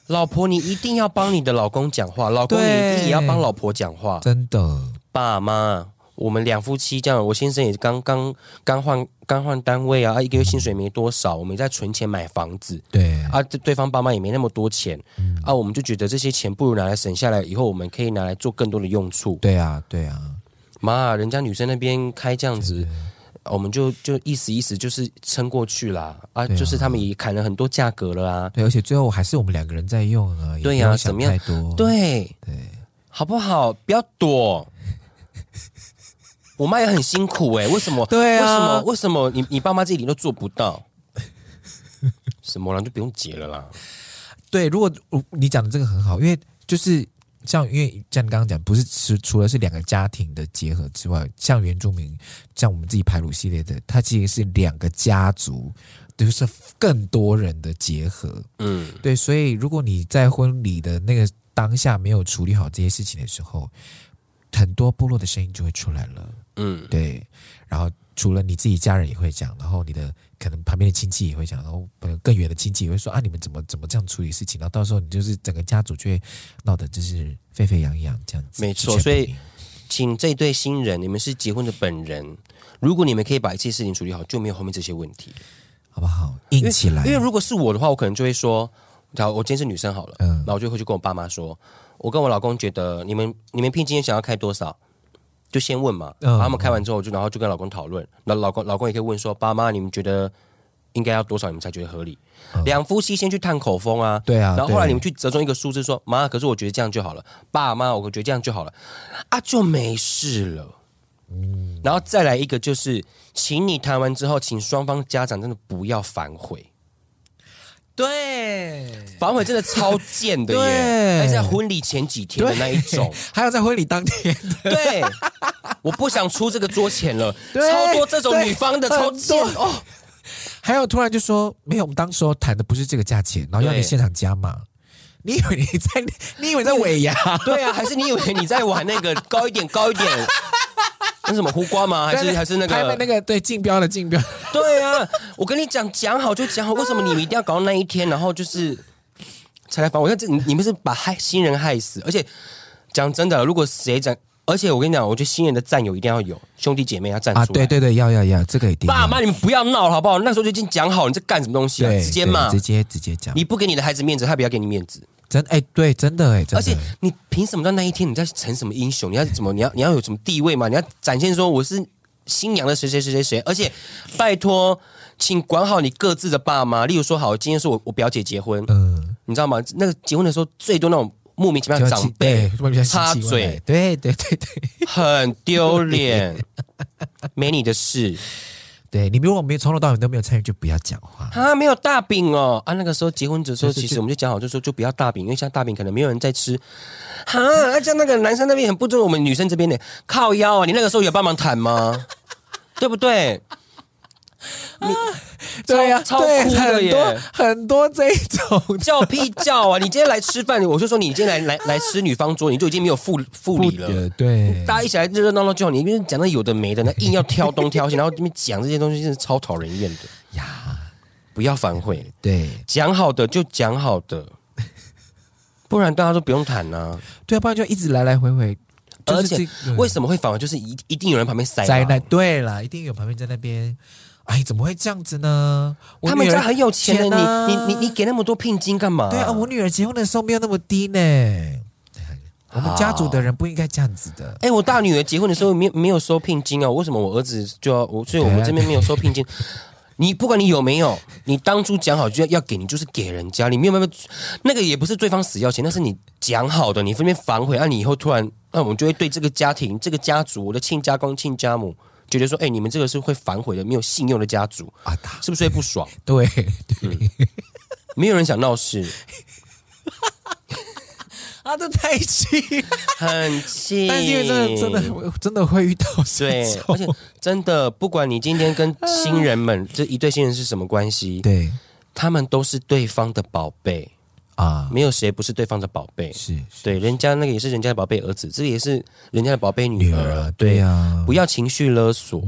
[SPEAKER 1] 老婆，你一定要帮你的老公讲话，老公你
[SPEAKER 2] 对
[SPEAKER 1] 一定也要帮老婆讲话。
[SPEAKER 2] 真的，
[SPEAKER 1] 爸妈，我们两夫妻这样，我先生也刚刚刚换刚换单位啊，啊一个月薪水没多少，我们也在存钱买房子
[SPEAKER 2] 对
[SPEAKER 1] 啊，对对方爸妈也没那么多钱啊，我们就觉得这些钱不如拿来省下来，以后我们可以拿来做更多的用处，
[SPEAKER 2] 对啊，对啊，
[SPEAKER 1] 妈，人家女生那边开这样子，我们就就意思意思就是撑过去啦啊，
[SPEAKER 2] 对啊
[SPEAKER 1] 就是他们也砍了很多价格了啊，
[SPEAKER 2] 对，而且最后还是我们两个人在用啊，也
[SPEAKER 1] 对
[SPEAKER 2] 不
[SPEAKER 1] 呀
[SPEAKER 2] 要想
[SPEAKER 1] 怎么样
[SPEAKER 2] 太多，
[SPEAKER 1] 对
[SPEAKER 2] 哦对，
[SPEAKER 1] 好不好？不要躲。我妈也很辛苦哎、为什么？
[SPEAKER 2] 对啊
[SPEAKER 1] 为什么？为什么你你爸妈自己都做不到？什么啦，就不用结了啦。
[SPEAKER 2] 对，如果我你讲的这个很好，因为就是像因为像你刚刚讲，不是除除了是两个家庭的结合之外，像原住民，像我们自己排鲁系列的，它其实是两个家族，就是更多人的结合。
[SPEAKER 1] 嗯，
[SPEAKER 2] 对，所以如果你在婚礼的那个当下没有处理好这些事情的时候，很多部落的声音就会出来了。
[SPEAKER 1] 嗯，
[SPEAKER 2] 对，然后除了你自己家人也会讲，然后你的可能旁边的亲戚也会讲，然后呃更远的亲戚也会说啊，你们怎么怎么这样处理事情？然后到时候你就是整个家族就会闹得就是沸沸扬扬这样子。
[SPEAKER 1] 没
[SPEAKER 2] 鸡
[SPEAKER 1] 错
[SPEAKER 2] 犬不
[SPEAKER 1] 所以
[SPEAKER 2] 宁
[SPEAKER 1] 请这对新人，你们是结婚的本人，如果你们可以把一切事情处理好，就没有后面这些问题。
[SPEAKER 2] 好不好？硬起来，
[SPEAKER 1] 因为如果是我的话，我可能就会说，假如我今天是女生好了，
[SPEAKER 2] 嗯
[SPEAKER 1] 然后我就回去跟我爸妈说，我跟我老公觉得你们你们聘今天想要开多少，就先问嘛。
[SPEAKER 2] 嗯
[SPEAKER 1] 然后他们开完之后，我就然后就跟老公讨论，那老公老公也可以问说，爸妈你们觉得应该要多少你们才觉得合理？
[SPEAKER 2] 嗯
[SPEAKER 1] 两夫妻先去探口风啊。
[SPEAKER 2] 对啊，
[SPEAKER 1] 然后后来
[SPEAKER 2] 对
[SPEAKER 1] 你们去折中一个数字说，妈，可是我觉得这样就好了，爸妈，我觉得这样就好了，啊，就没事了。然后再来一个就是，请你谈完之后，请双方家长真的不要反悔，
[SPEAKER 2] 对，
[SPEAKER 1] 反悔真的超贱的
[SPEAKER 2] 对
[SPEAKER 1] 耶，而且在婚礼前几天的那一种，
[SPEAKER 2] 还有在婚礼当天，
[SPEAKER 1] 对，我不想出这个桌钱了，
[SPEAKER 2] 对
[SPEAKER 1] 超多这种
[SPEAKER 2] 对
[SPEAKER 1] 女方的超贱
[SPEAKER 2] 很多
[SPEAKER 1] 哦，
[SPEAKER 2] 还有突然就说没有，我们当时候谈的不是这个价钱，然后要你
[SPEAKER 1] 对
[SPEAKER 2] 现场加码。你以为你在？你以为在尾牙？
[SPEAKER 1] 对啊，还是你以为你在玩那个高一点高一点，那是什么胡瓜吗？还 是还是那
[SPEAKER 2] 拍
[SPEAKER 1] 个
[SPEAKER 2] 卖那个对竞标的竞标？
[SPEAKER 1] 对啊，我跟你讲，讲好就讲好，为什么你们一定要搞到那一天，然后就是才来烦我？那这你你们是把害新人害死，而且讲真的，如果谁讲，而且我跟你讲，我觉得新人的战友一定要有兄弟姐妹要站出来。
[SPEAKER 2] 啊，对对对，要要要，这个一定要。
[SPEAKER 1] 爸妈，你们不要闹了，好不好？那时候就已经讲好，你在干什么东西啊？
[SPEAKER 2] 对，
[SPEAKER 1] 直接
[SPEAKER 2] 对
[SPEAKER 1] 骂
[SPEAKER 2] 直，接直接讲。
[SPEAKER 1] 你不给你的孩子面子，他也不要给你面子。
[SPEAKER 2] 真哎、对，真的哎，真的
[SPEAKER 1] 而且你凭什么到那一天你在成什么英雄？你要怎么？你要你要有什么地位嘛？你要展现说我是新娘的谁谁谁谁谁。而且拜托，请管好你各自的爸妈。例如说，好，今天是我我表姐结婚，
[SPEAKER 2] 嗯，
[SPEAKER 1] 你知道吗？那个结婚的时候最多那种莫名其妙的长辈
[SPEAKER 2] 对外面比较亲
[SPEAKER 1] 插
[SPEAKER 2] 戚
[SPEAKER 1] 嘴
[SPEAKER 2] 外来对对对对
[SPEAKER 1] 很丢脸，没你的事。
[SPEAKER 2] 对，你如果没有从头到尾都没有参与，就不要讲话。
[SPEAKER 1] 啊，没有大饼哦！啊，那个时候结婚的时候，
[SPEAKER 2] 就是
[SPEAKER 1] 其实我们就讲好，就说就不要大饼，因为像大饼可能没有人在吃。哈，啊，像那个男生那边很不尊重我们女生这边的靠腰啊，你那个时候有帮忙谈吗？ 对不对？
[SPEAKER 2] 对呀、
[SPEAKER 1] 超
[SPEAKER 2] 对，
[SPEAKER 1] 酷的
[SPEAKER 2] 很
[SPEAKER 1] 耶
[SPEAKER 2] 多很多这一种
[SPEAKER 1] 叫屁叫啊！你今天来吃饭，我就说你今天来来来吃女方桌，你就已经没有副副理了。，
[SPEAKER 2] 对，
[SPEAKER 1] 大家一起来热热闹闹就好，你一边讲那有的没的，那硬要挑东挑西，然后这边讲这些东西，真的超讨人厌的。
[SPEAKER 2] 呀，
[SPEAKER 1] 不要反悔，
[SPEAKER 2] 对
[SPEAKER 1] 讲好的就讲好的，不然大家都不用谈啊。
[SPEAKER 2] 对，不然就一直来来回回，
[SPEAKER 1] 而且为
[SPEAKER 2] 么
[SPEAKER 1] 什么会反而就是一一定有人旁边塞
[SPEAKER 2] 灾
[SPEAKER 1] 狼
[SPEAKER 2] 难？对啦，一定有旁边在那边，哎，怎么会这样子呢？我
[SPEAKER 1] 他们
[SPEAKER 2] 女儿
[SPEAKER 1] 家很有钱的，
[SPEAKER 2] 啊
[SPEAKER 1] 你你你你给那么多聘金干嘛？
[SPEAKER 2] 对啊，我女儿结婚的时候没有那么低呢。我们家族的人不应该这样子的。
[SPEAKER 1] 哎、我大女儿结婚的时候没有没有收聘金啊，为什么我儿子就要我？所以我们这边没有收聘 金。你不管你有没有，你当初讲好就要要给你，就是给人家，你没有办法。那个也不是对方死要钱，那是你讲好的，你分别反悔，那、啊你以后突然，那我们就会对这个家庭、这个家族，我的亲家公、亲家母，觉得说，哎、你们这个是会反悔的，没有信用的家族，
[SPEAKER 2] 啊，他
[SPEAKER 1] 是不是会不爽？
[SPEAKER 2] 对，
[SPEAKER 1] 没有人想闹事，
[SPEAKER 2] 啊，这太气。
[SPEAKER 1] 很气。
[SPEAKER 2] 但是因为真的真 的会真的会遇到这
[SPEAKER 1] 对，而且
[SPEAKER 2] 种，
[SPEAKER 1] 真的，不管你今天跟新人们这一对新人是什么关系，
[SPEAKER 2] 对
[SPEAKER 1] 他们都是对方的宝贝，
[SPEAKER 2] 啊，
[SPEAKER 1] 没有谁不是对方的宝贝。
[SPEAKER 2] 是是
[SPEAKER 1] 对，人家那个也是人家的宝贝儿子，这个也是人家的宝贝女
[SPEAKER 2] 女
[SPEAKER 1] 儿
[SPEAKER 2] 儿嗯啊，
[SPEAKER 1] 对
[SPEAKER 2] 对啊，
[SPEAKER 1] 不要情绪勒索。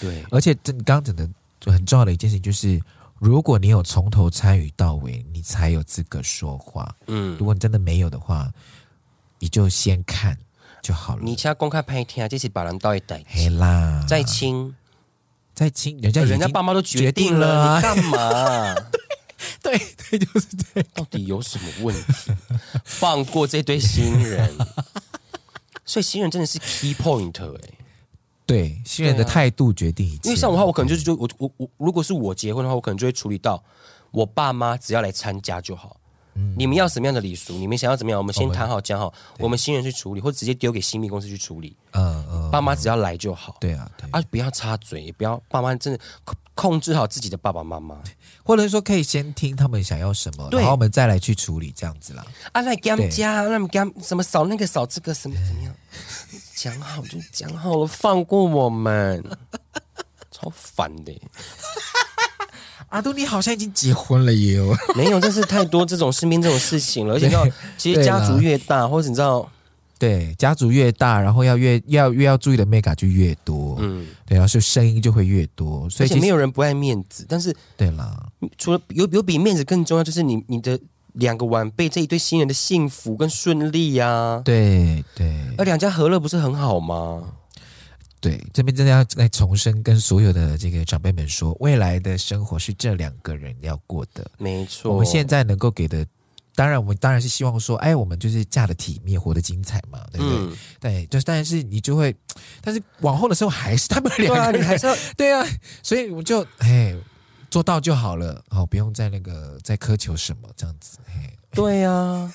[SPEAKER 1] 对，
[SPEAKER 2] 而且这你刚刚讲的很重要的一件事情就是，如果你有从头参与到尾，你才有资格说话。
[SPEAKER 1] 嗯，
[SPEAKER 2] 如果你真的没有的话，你就先看就好了
[SPEAKER 1] 你。家公开拍天啊，这是把人到一代，
[SPEAKER 2] 嘿啦，
[SPEAKER 1] 再亲，
[SPEAKER 2] 再亲，人家已
[SPEAKER 1] 人家
[SPEAKER 2] 经
[SPEAKER 1] 爸妈都决定
[SPEAKER 2] 决定了
[SPEAKER 1] 了，
[SPEAKER 2] 啊
[SPEAKER 1] 你干嘛？
[SPEAKER 2] 对对，就是这样。
[SPEAKER 1] 到底有什么问题？放过这堆新人， 所以新人真的是 key point 哎、
[SPEAKER 2] 对新人的
[SPEAKER 1] 对啊
[SPEAKER 2] 态度决定一切。
[SPEAKER 1] 因为像我的话，我可能就是就我我我，如果是我结婚的话，我可能就会处理到我爸妈只要来参加就好。你们要什么样的礼俗，你们想要怎么样，我们先谈好讲好，我们新人去处理，或直接丢给新密公司去处理。
[SPEAKER 2] 嗯嗯，
[SPEAKER 1] 爸妈只要来就好，
[SPEAKER 2] 对啊，对
[SPEAKER 1] 啊，不要插嘴，也不要爸妈真的控控制好自己的爸爸妈妈。
[SPEAKER 2] 或者说可以先听他们想要什么，
[SPEAKER 1] 对
[SPEAKER 2] 然后我们再来去处理这样子啦。
[SPEAKER 1] 啊，那给他们加，那给他们什么扫那个扫这个什么怎么样， 讲好就讲好了，放过我们， 超烦的。
[SPEAKER 2] 阿东，你好像已经结婚了耶哦！
[SPEAKER 1] 没有，真是太多这种身边这种事情了，而且要其实
[SPEAKER 2] 对
[SPEAKER 1] 家
[SPEAKER 2] 啦
[SPEAKER 1] 族越大，或者你知道，
[SPEAKER 2] 对，家族越大，然后要越要越要注意的 mega 就越多，
[SPEAKER 1] 嗯，
[SPEAKER 2] 对，然后是声音就会越多，所
[SPEAKER 1] 而
[SPEAKER 2] 以
[SPEAKER 1] 且
[SPEAKER 2] 其
[SPEAKER 1] 没
[SPEAKER 2] 实
[SPEAKER 1] 有人不爱面子，但是
[SPEAKER 2] 对啦，
[SPEAKER 1] 除了有有比面子更重要，就是你你的两个晚辈这一对新人的幸福跟顺利呀、啊，
[SPEAKER 2] 对对
[SPEAKER 1] 而两家和乐不是很好吗？
[SPEAKER 2] 对，这边真的要再重申跟所有的这个长辈们说，未来的生活是这两个人要过的，
[SPEAKER 1] 没错，
[SPEAKER 2] 我们现在能够给的。当然，我们当然是希望说，哎，我们就是嫁的体面，活得精彩嘛，对不对？
[SPEAKER 1] 嗯，
[SPEAKER 2] 对，就是但是你就会，但是往后的时候还是他们两
[SPEAKER 1] 对
[SPEAKER 2] 个人，
[SPEAKER 1] 啊，你还 是要
[SPEAKER 2] 对啊，所以我就哎做到就好了，好、不用再那个再苛求什么这样子。嘿，
[SPEAKER 1] 对啊，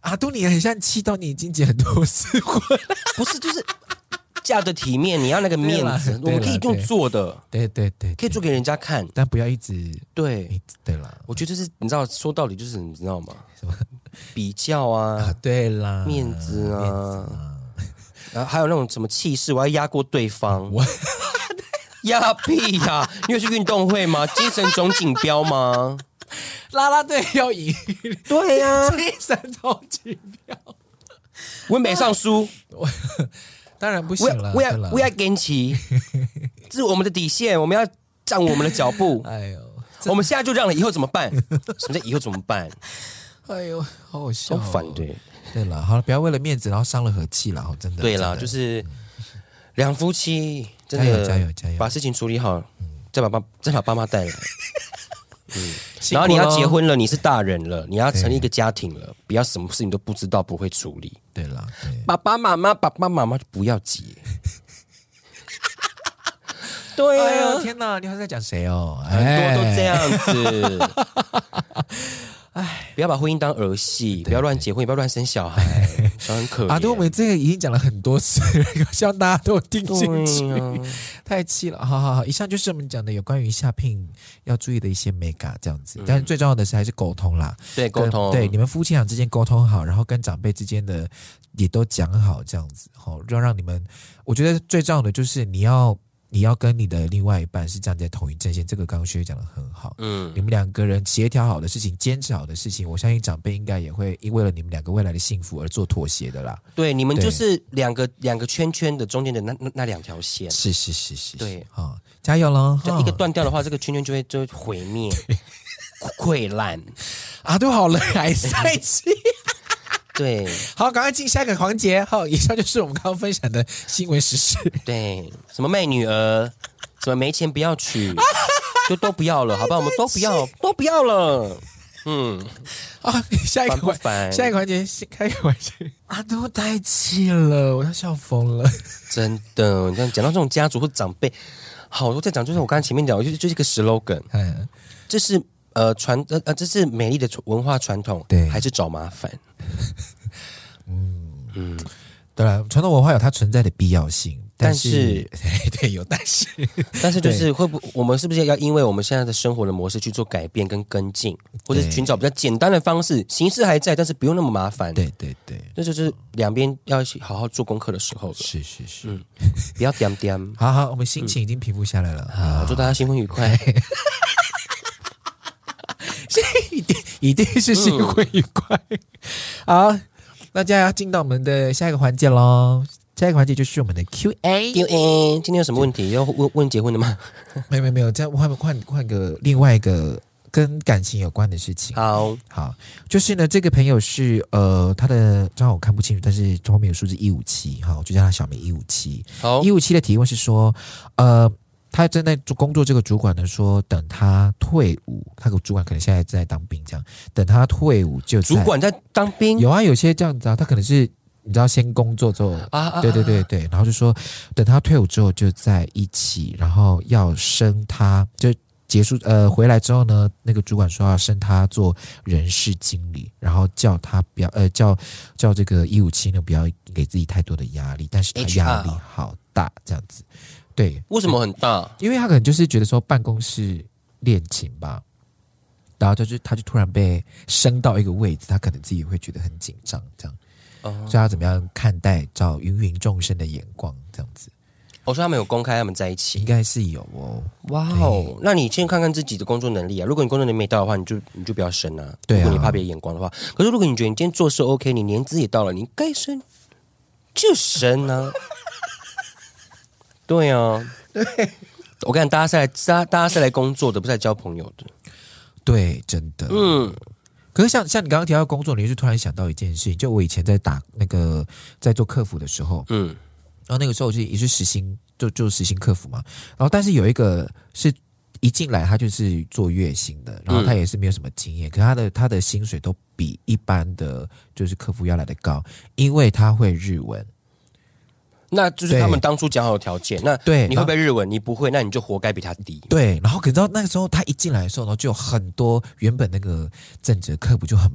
[SPEAKER 2] 阿杜，你很像气到你已经结很多次婚，
[SPEAKER 1] 不是就是 嫁的体面，你要那个面子，我
[SPEAKER 2] 对啦
[SPEAKER 1] 们可以
[SPEAKER 2] 对啦
[SPEAKER 1] 用做的，
[SPEAKER 2] 对对对，
[SPEAKER 1] 可以做
[SPEAKER 2] 对，
[SPEAKER 1] 给人家看，
[SPEAKER 2] 但不要一直
[SPEAKER 1] 对。
[SPEAKER 2] 一直对啦，
[SPEAKER 1] 我觉得就是你知道，说道理就是你知道吗？
[SPEAKER 2] 什么
[SPEAKER 1] 比较啊
[SPEAKER 2] 啊，对啦，
[SPEAKER 1] 面子啊
[SPEAKER 2] 面子啊，
[SPEAKER 1] 然后还有那种什么气势，我要压过对方。我 压屁呀、你有去运动会吗？精神总锦标 吗？
[SPEAKER 2] 啦啦队要赢，
[SPEAKER 1] 对呀、
[SPEAKER 2] 精神超级标，
[SPEAKER 1] 我美上书，
[SPEAKER 2] 当然不行
[SPEAKER 1] 我要
[SPEAKER 2] 了，
[SPEAKER 1] 我
[SPEAKER 2] 对啦
[SPEAKER 1] 要我要坚持，这是我们的底线，我们要站稳我们的脚 步。
[SPEAKER 2] 哎呦，
[SPEAKER 1] 我们现在就让了，以后怎么办？什么叫以后怎么办？
[SPEAKER 2] 哎呦，好好笑、
[SPEAKER 1] 超
[SPEAKER 2] 哦，
[SPEAKER 1] 反对。
[SPEAKER 2] 对了，好了，不要为了面子然后伤了和气了，好真的。
[SPEAKER 1] 对啦，
[SPEAKER 2] 真的
[SPEAKER 1] 就是两夫妻真
[SPEAKER 2] 加油
[SPEAKER 1] 的
[SPEAKER 2] 加油加油嗯
[SPEAKER 1] 把事情处理好，再把爸再把爸妈 带来。
[SPEAKER 2] 辛
[SPEAKER 1] 然后
[SPEAKER 2] 苦
[SPEAKER 1] 你要
[SPEAKER 2] 咯
[SPEAKER 1] 结，婚了，你是大人了，你要成立一个家庭了，不要什么事情都不知道，不会处理。
[SPEAKER 2] 对啦，对
[SPEAKER 1] 爸爸妈妈，爸爸妈妈就不要 结。对
[SPEAKER 2] 哎
[SPEAKER 1] 呀、
[SPEAKER 2] 呦天哪，你还在讲谁哦？
[SPEAKER 1] 很
[SPEAKER 2] 哎
[SPEAKER 1] 多都这，样子。 哎，不要把婚姻当儿戏，不要乱结婚，也不要乱生小孩，小孩很可怜。
[SPEAKER 2] 啊！对，我们这个已经讲了很多次 了，希望大家都有听进
[SPEAKER 1] 对啊
[SPEAKER 2] 去。
[SPEAKER 1] 呀
[SPEAKER 2] 太气了，好好好，以上就是我们讲的有关于下聘要注意的一些 mega 这样子，但是最重要的是还是沟通啦，
[SPEAKER 1] 对嗯沟通，
[SPEAKER 2] 对你们夫妻俩之间沟通好，然后跟长辈之间的也都讲好这样子，好、要让你们，我觉得最重要的就是你要你要跟你的另外一半是站在同一阵线，这个刚刚学姐讲的很好，
[SPEAKER 1] 嗯
[SPEAKER 2] 你们两个人协调好的事情，坚持好的事情，我相信长辈应该也会因为了你们两个未来的幸福而做妥协的啦。
[SPEAKER 1] 对，你们
[SPEAKER 2] 对
[SPEAKER 1] 就是两个两个圈圈的中间的那那那两条线，
[SPEAKER 2] 是是是是，
[SPEAKER 1] 对
[SPEAKER 2] 啊、加油喽！
[SPEAKER 1] 这
[SPEAKER 2] 哈
[SPEAKER 1] 一个断掉的话，这个圈圈就会就会毁灭、 溃烂。
[SPEAKER 2] 啊，都好了， 还在气。
[SPEAKER 1] 对
[SPEAKER 2] 好，赶快进下一个环节。好，以上就是我们刚刚分享的新闻时事。
[SPEAKER 1] 对，什么卖女儿，什么没钱不要 娶，就都不要了，好吧？我们都不要，都不要了。嗯，
[SPEAKER 2] 啊，下一个
[SPEAKER 1] 烦不
[SPEAKER 2] 环，
[SPEAKER 1] 烦？
[SPEAKER 2] 下一个环节，先开一个环节。啊，都太气了，我要笑疯 了。
[SPEAKER 1] 真的，你看讲到这种家族或长辈，好多在讲，就是我刚才前面讲，就是就是一个 slogan，
[SPEAKER 2] 嗯，
[SPEAKER 1] 这是呃传呃呃，这是美丽的传文化传统，
[SPEAKER 2] 对
[SPEAKER 1] 还是找麻烦？
[SPEAKER 2] 对了，传统文化有它存在的必要性，但是 对，有但是，
[SPEAKER 1] 但是就
[SPEAKER 2] 对
[SPEAKER 1] 是会不，我们是不是要因为我们现在的生活的模式去做改变跟跟进，或者是
[SPEAKER 2] 对
[SPEAKER 1] 寻找比较简单的方式，形式还在，但是不用那么麻烦。，
[SPEAKER 2] 对对对，
[SPEAKER 1] 那就是两边要去好好做功课的时候了，
[SPEAKER 2] 是是是。
[SPEAKER 1] 不要点点。
[SPEAKER 2] 好好，我们心情已经平复下来了。
[SPEAKER 1] 好，祝大家新婚愉 快。
[SPEAKER 2] 一定一定是心会愉快。好，那接下来要进到我们的下一个环节喽。下一个环节就是我们的 Q&A。
[SPEAKER 1] 丢诶，今天有什么问题要问问结婚的吗？
[SPEAKER 2] 没有没有没有，这样换换换个另外一个跟感情有关的事情。
[SPEAKER 1] 好，
[SPEAKER 2] 好，就是呢，这个朋友是呃，他的账号我看不清楚，但是后面有数字一五七，哈，我就叫他小明一五七。
[SPEAKER 1] 好
[SPEAKER 2] 一，五七的提问是说，呃，他正在做工作，这个主管呢说，等他退伍，他的主管可能现在正在当兵，这样，等他退伍就在
[SPEAKER 1] 主管在当兵，
[SPEAKER 2] 有啊，有些这样子啊，他可能是你知道先工作之后，
[SPEAKER 1] 啊啊，
[SPEAKER 2] 对对对对，然后就说等他退伍之后就在一起，然后要升他，就结束呃回来之后呢，那个主管说要升他做人事经理，然后叫他不要呃叫叫这个一五七呢不要给自己太多的压力，但是他
[SPEAKER 1] HR
[SPEAKER 2] 压力好大这样子，对，
[SPEAKER 1] 为什么很大？
[SPEAKER 2] 因为他可能就是觉得说办公室恋情吧，然后就是他就突然被升到一个位置，他可能自己会觉得很紧张，这样，
[SPEAKER 1] 哦
[SPEAKER 2] 所以他怎么样看待找芸芸众生的眼光，这样子
[SPEAKER 1] 我哦说他们有公开他们在一起
[SPEAKER 2] 应。该是有哦。
[SPEAKER 1] 哇哦，那你先看看自己的工作能力啊。如果你工作能力没到的话，你就你就不要升啊。
[SPEAKER 2] 对啊
[SPEAKER 1] 如果你怕别人眼光的话，可是如果你觉得你今天做事 OK，你年资也到了，你该升就升啊。 对啊，对，我跟你讲，大家是来大家大家是来工作的，不是来交朋友的。
[SPEAKER 2] 对，真的。
[SPEAKER 1] 嗯，
[SPEAKER 2] 可是像像你刚刚提到工作，你就突然想到一件事情，就我以前在打那个在做客服的时候，
[SPEAKER 1] 嗯，
[SPEAKER 2] 然后那个时候我就也是实行就就实行客服嘛，然后但是有一个是一进来他就是做月薪的，
[SPEAKER 1] 嗯
[SPEAKER 2] 然后他也是没有什么经验，可他的他的薪水都比一般的就是客服要来的高，因为他会日文，
[SPEAKER 1] 那就是他们
[SPEAKER 2] 对
[SPEAKER 1] 当初讲好的条件。那
[SPEAKER 2] 对
[SPEAKER 1] 你会不会日文？你不会，那你就活该比他低。
[SPEAKER 2] 对，然后可知道那个时候他一进来的时候呢，就有很多原本那个正职的客服就很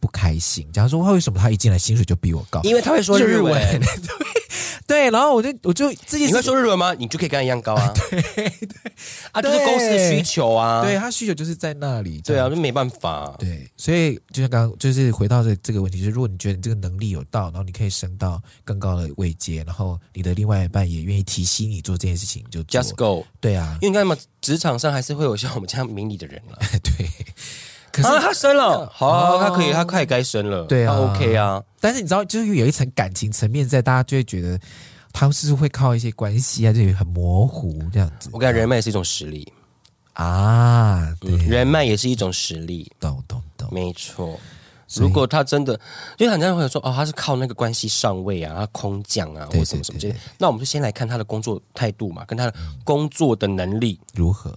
[SPEAKER 2] 不开心，假如说为什么他一进来薪水就比我高？
[SPEAKER 1] 因为他会说日文，
[SPEAKER 2] 对，然后我就我就自己
[SPEAKER 1] 你会说日文吗？你就可以跟他一样高啊。 对啊，就是公司的需求啊。
[SPEAKER 2] 对他需求就是在那里，
[SPEAKER 1] 对啊，就没办法啊、
[SPEAKER 2] 对，所以就像刚刚就是回到这这个问题，就是如果你觉得你这个能力有到，然后你可以升到更高的位阶，然后你的另外一半也愿意提携你做这件事情，你就做
[SPEAKER 1] Just go，
[SPEAKER 2] 对啊，
[SPEAKER 1] 因为你看嘛，职场上还是会有像我们这样明理的人了。
[SPEAKER 2] 对。可是，
[SPEAKER 1] 啊，他生了，好啊、
[SPEAKER 2] 哦
[SPEAKER 1] 他可以，他快该生了，
[SPEAKER 2] 对啊
[SPEAKER 1] 他 OK 啊，
[SPEAKER 2] 但是你知道，就是有一层感情层面在，大家就会觉得他们是不是会靠一些关系啊，就很模糊这样子
[SPEAKER 1] 我感觉人脉也是一种实力，
[SPEAKER 2] 啊，对，
[SPEAKER 1] 嗯人脉也是一种实力，
[SPEAKER 2] 懂懂懂，
[SPEAKER 1] 没错。
[SPEAKER 2] 所以
[SPEAKER 1] 如果他真的，因为很多人会说哦，他是靠那个关系上位啊，他空降啊，
[SPEAKER 2] 对
[SPEAKER 1] 或什么
[SPEAKER 2] 对嗯
[SPEAKER 1] 什么之类的。那我们就先来看他的工作态度嘛，跟他的工作的能力，
[SPEAKER 2] 如何？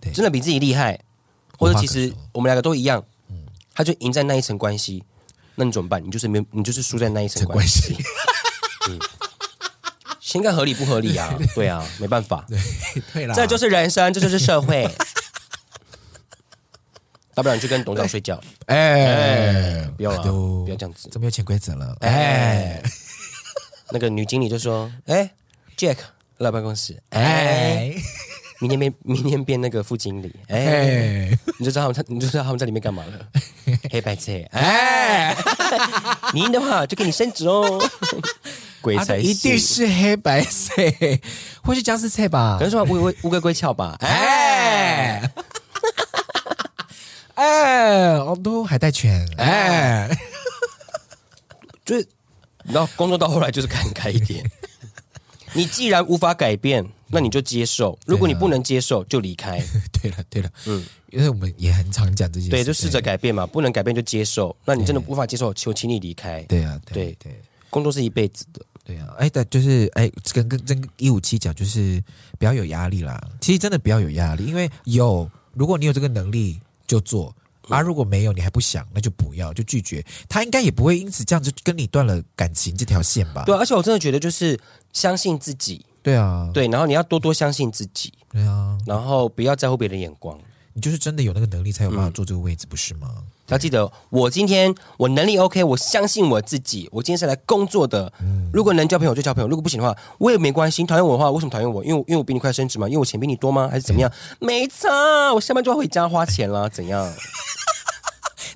[SPEAKER 2] 对
[SPEAKER 1] 真的比自己厉害，或者其
[SPEAKER 2] 无
[SPEAKER 1] 实
[SPEAKER 2] 话可说
[SPEAKER 1] 我们两个都一样，他就赢在那一层关系，那你怎么办？你就是没有，你就是输在那一层
[SPEAKER 2] 这关
[SPEAKER 1] 关系。
[SPEAKER 2] 系
[SPEAKER 1] 先看合理不合理 啊？对啊，没办 法，
[SPEAKER 2] 对啦，
[SPEAKER 1] 这就是人生，这就是社会。 大不了你去跟董事长睡觉，
[SPEAKER 2] 哎
[SPEAKER 1] 哎，，不要了，
[SPEAKER 2] 都
[SPEAKER 1] 不要这样子。
[SPEAKER 2] 这么有潜规则了，
[SPEAKER 1] 哎
[SPEAKER 2] 哎
[SPEAKER 1] 那个女经理就说：“哎，Jack 来办公室，哎，
[SPEAKER 2] 哎
[SPEAKER 1] 明天变明天变那个副经理，哎，
[SPEAKER 2] 哎
[SPEAKER 1] 你就知道他们你就知道他们在里面干嘛 了，黑白切，哎。”
[SPEAKER 2] 哎，
[SPEAKER 1] 你赢的话就给你升职 哦，鬼
[SPEAKER 2] 啊
[SPEAKER 1] 才
[SPEAKER 2] 一
[SPEAKER 1] 信
[SPEAKER 2] 定是黑白菜，或是僵尸菜吧
[SPEAKER 1] 可能？说乌龟乌龟龟壳吧，哎，
[SPEAKER 2] 哎 哎，哦，都海带犬，哎，
[SPEAKER 1] 就是你知道，工作到后来就是看开一 点。你既然无法改变，那你就接受；如果你不能接受，就离开。
[SPEAKER 2] 对了对了，
[SPEAKER 1] 嗯
[SPEAKER 2] 嗯，因为我们也很常讲这些事，
[SPEAKER 1] 对，啊就试着改变嘛，不能改变就接受。那你真的无法接受，求请你离开。
[SPEAKER 2] 对啊，
[SPEAKER 1] 对
[SPEAKER 2] 对对。
[SPEAKER 1] 工作是一辈子的，
[SPEAKER 2] 对啊，哎，但就是哎，跟跟跟一五七讲，就是不要有压力啦。其实真的不要有压力，因为有，如果你有这个能力就做，啊，如果没有你还不想，那就不要，就拒绝。他应该也不会因此这样子跟你断了感情这条线吧？
[SPEAKER 1] 对啊。而且我真的觉得，就是相信自己，
[SPEAKER 2] 对啊，
[SPEAKER 1] 对，然后你要多多相信自己，
[SPEAKER 2] 对啊，
[SPEAKER 1] 然后不要在乎别人的眼光。
[SPEAKER 2] 你就是真的有那个能力才有办法坐这个位置，不是吗？
[SPEAKER 1] 要记得，我今天我能力 OK，我相信我自己，我今天是来工作的。
[SPEAKER 2] 嗯
[SPEAKER 1] 如果能交朋友就交朋友，如果不行的话，我也没关系。你讨厌我的话，为什么讨厌我？因为我因为我比你快升职嘛，因为我钱比你多吗？还是怎么样？
[SPEAKER 2] 嗯
[SPEAKER 1] 没差，我下班就要回家花钱啦，怎 样？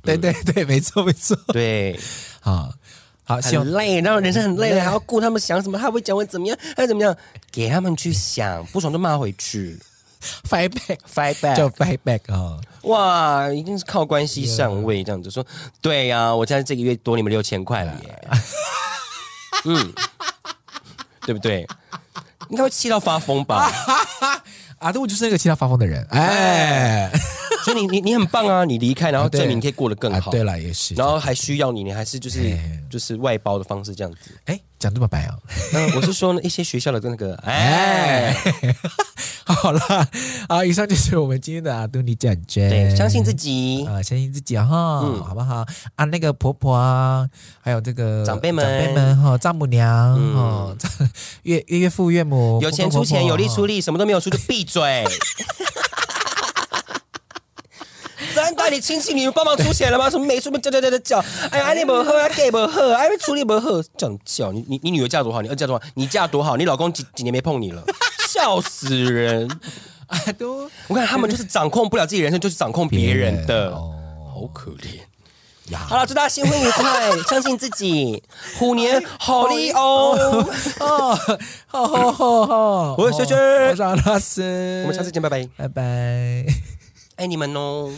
[SPEAKER 2] 对对对，没错没错。
[SPEAKER 1] 对，
[SPEAKER 2] 啊， 好，希望
[SPEAKER 1] 很累，然后人生很累了，还要顾他们想什么，他会讲我怎么样，还怎么样？给他们去想，不爽就骂回去
[SPEAKER 2] fight back
[SPEAKER 1] ，fight
[SPEAKER 2] 叫
[SPEAKER 1] back。
[SPEAKER 2] fight back 啊，
[SPEAKER 1] 哇，一定是靠关系上位这样子说。对呀、我现在这个月多你们六千块了耶， 嗯，对不对？应该会气到发疯吧？
[SPEAKER 2] 啊，对，我就是那个其他发疯的人，哎，
[SPEAKER 1] 所以你你你很棒啊！你离开，然后
[SPEAKER 2] 啊对
[SPEAKER 1] 证明可以过得更
[SPEAKER 2] 啊
[SPEAKER 1] 好，
[SPEAKER 2] 对了，也是，
[SPEAKER 1] 然后还需要你，你还是就是
[SPEAKER 2] 哎
[SPEAKER 1] 就是外包的方式这样子。
[SPEAKER 2] 哎，讲这么白啊？
[SPEAKER 1] 那我是说呢，一些学校的那个，哎
[SPEAKER 2] 哎， 好啦，啊，以上就是我们今天的阿杜尼讲真，
[SPEAKER 1] 对，相信自己。
[SPEAKER 2] 啊、相信自己啊哈，
[SPEAKER 1] 嗯
[SPEAKER 2] 好不好？啊，那个婆婆啊，还有这个
[SPEAKER 1] 长辈们
[SPEAKER 2] 长辈们哈，丈母娘
[SPEAKER 1] 嗯
[SPEAKER 2] 哈，岳岳岳父岳母，
[SPEAKER 1] 有钱
[SPEAKER 2] 公
[SPEAKER 1] 出
[SPEAKER 2] 公婆婆
[SPEAKER 1] 钱，有力出。
[SPEAKER 2] 哈
[SPEAKER 1] 力，什么都没有出就闭嘴。 真的，你亲戚你们帮忙出钱了吗？什么没出，叫叫叫叫叫！哎呀，安利不喝，啊 gay 不喝，哎，处理不喝，这样叫你你你女儿嫁多好，你儿子嫁多好，你嫁多好，你老公几几年没碰你了，笑死人！
[SPEAKER 2] 啊，都
[SPEAKER 1] 我看他们就是掌控不了自己人生，就是掌控别人的，好可怜。好了，祝大家新婚愉快，相信自己，虎年好利哦！
[SPEAKER 2] 哦，好好好好，
[SPEAKER 1] 我是轩轩
[SPEAKER 2] 我是阿拉斯，
[SPEAKER 1] 我们下次见，拜拜，
[SPEAKER 2] 拜拜。
[SPEAKER 1] 爱你们哦。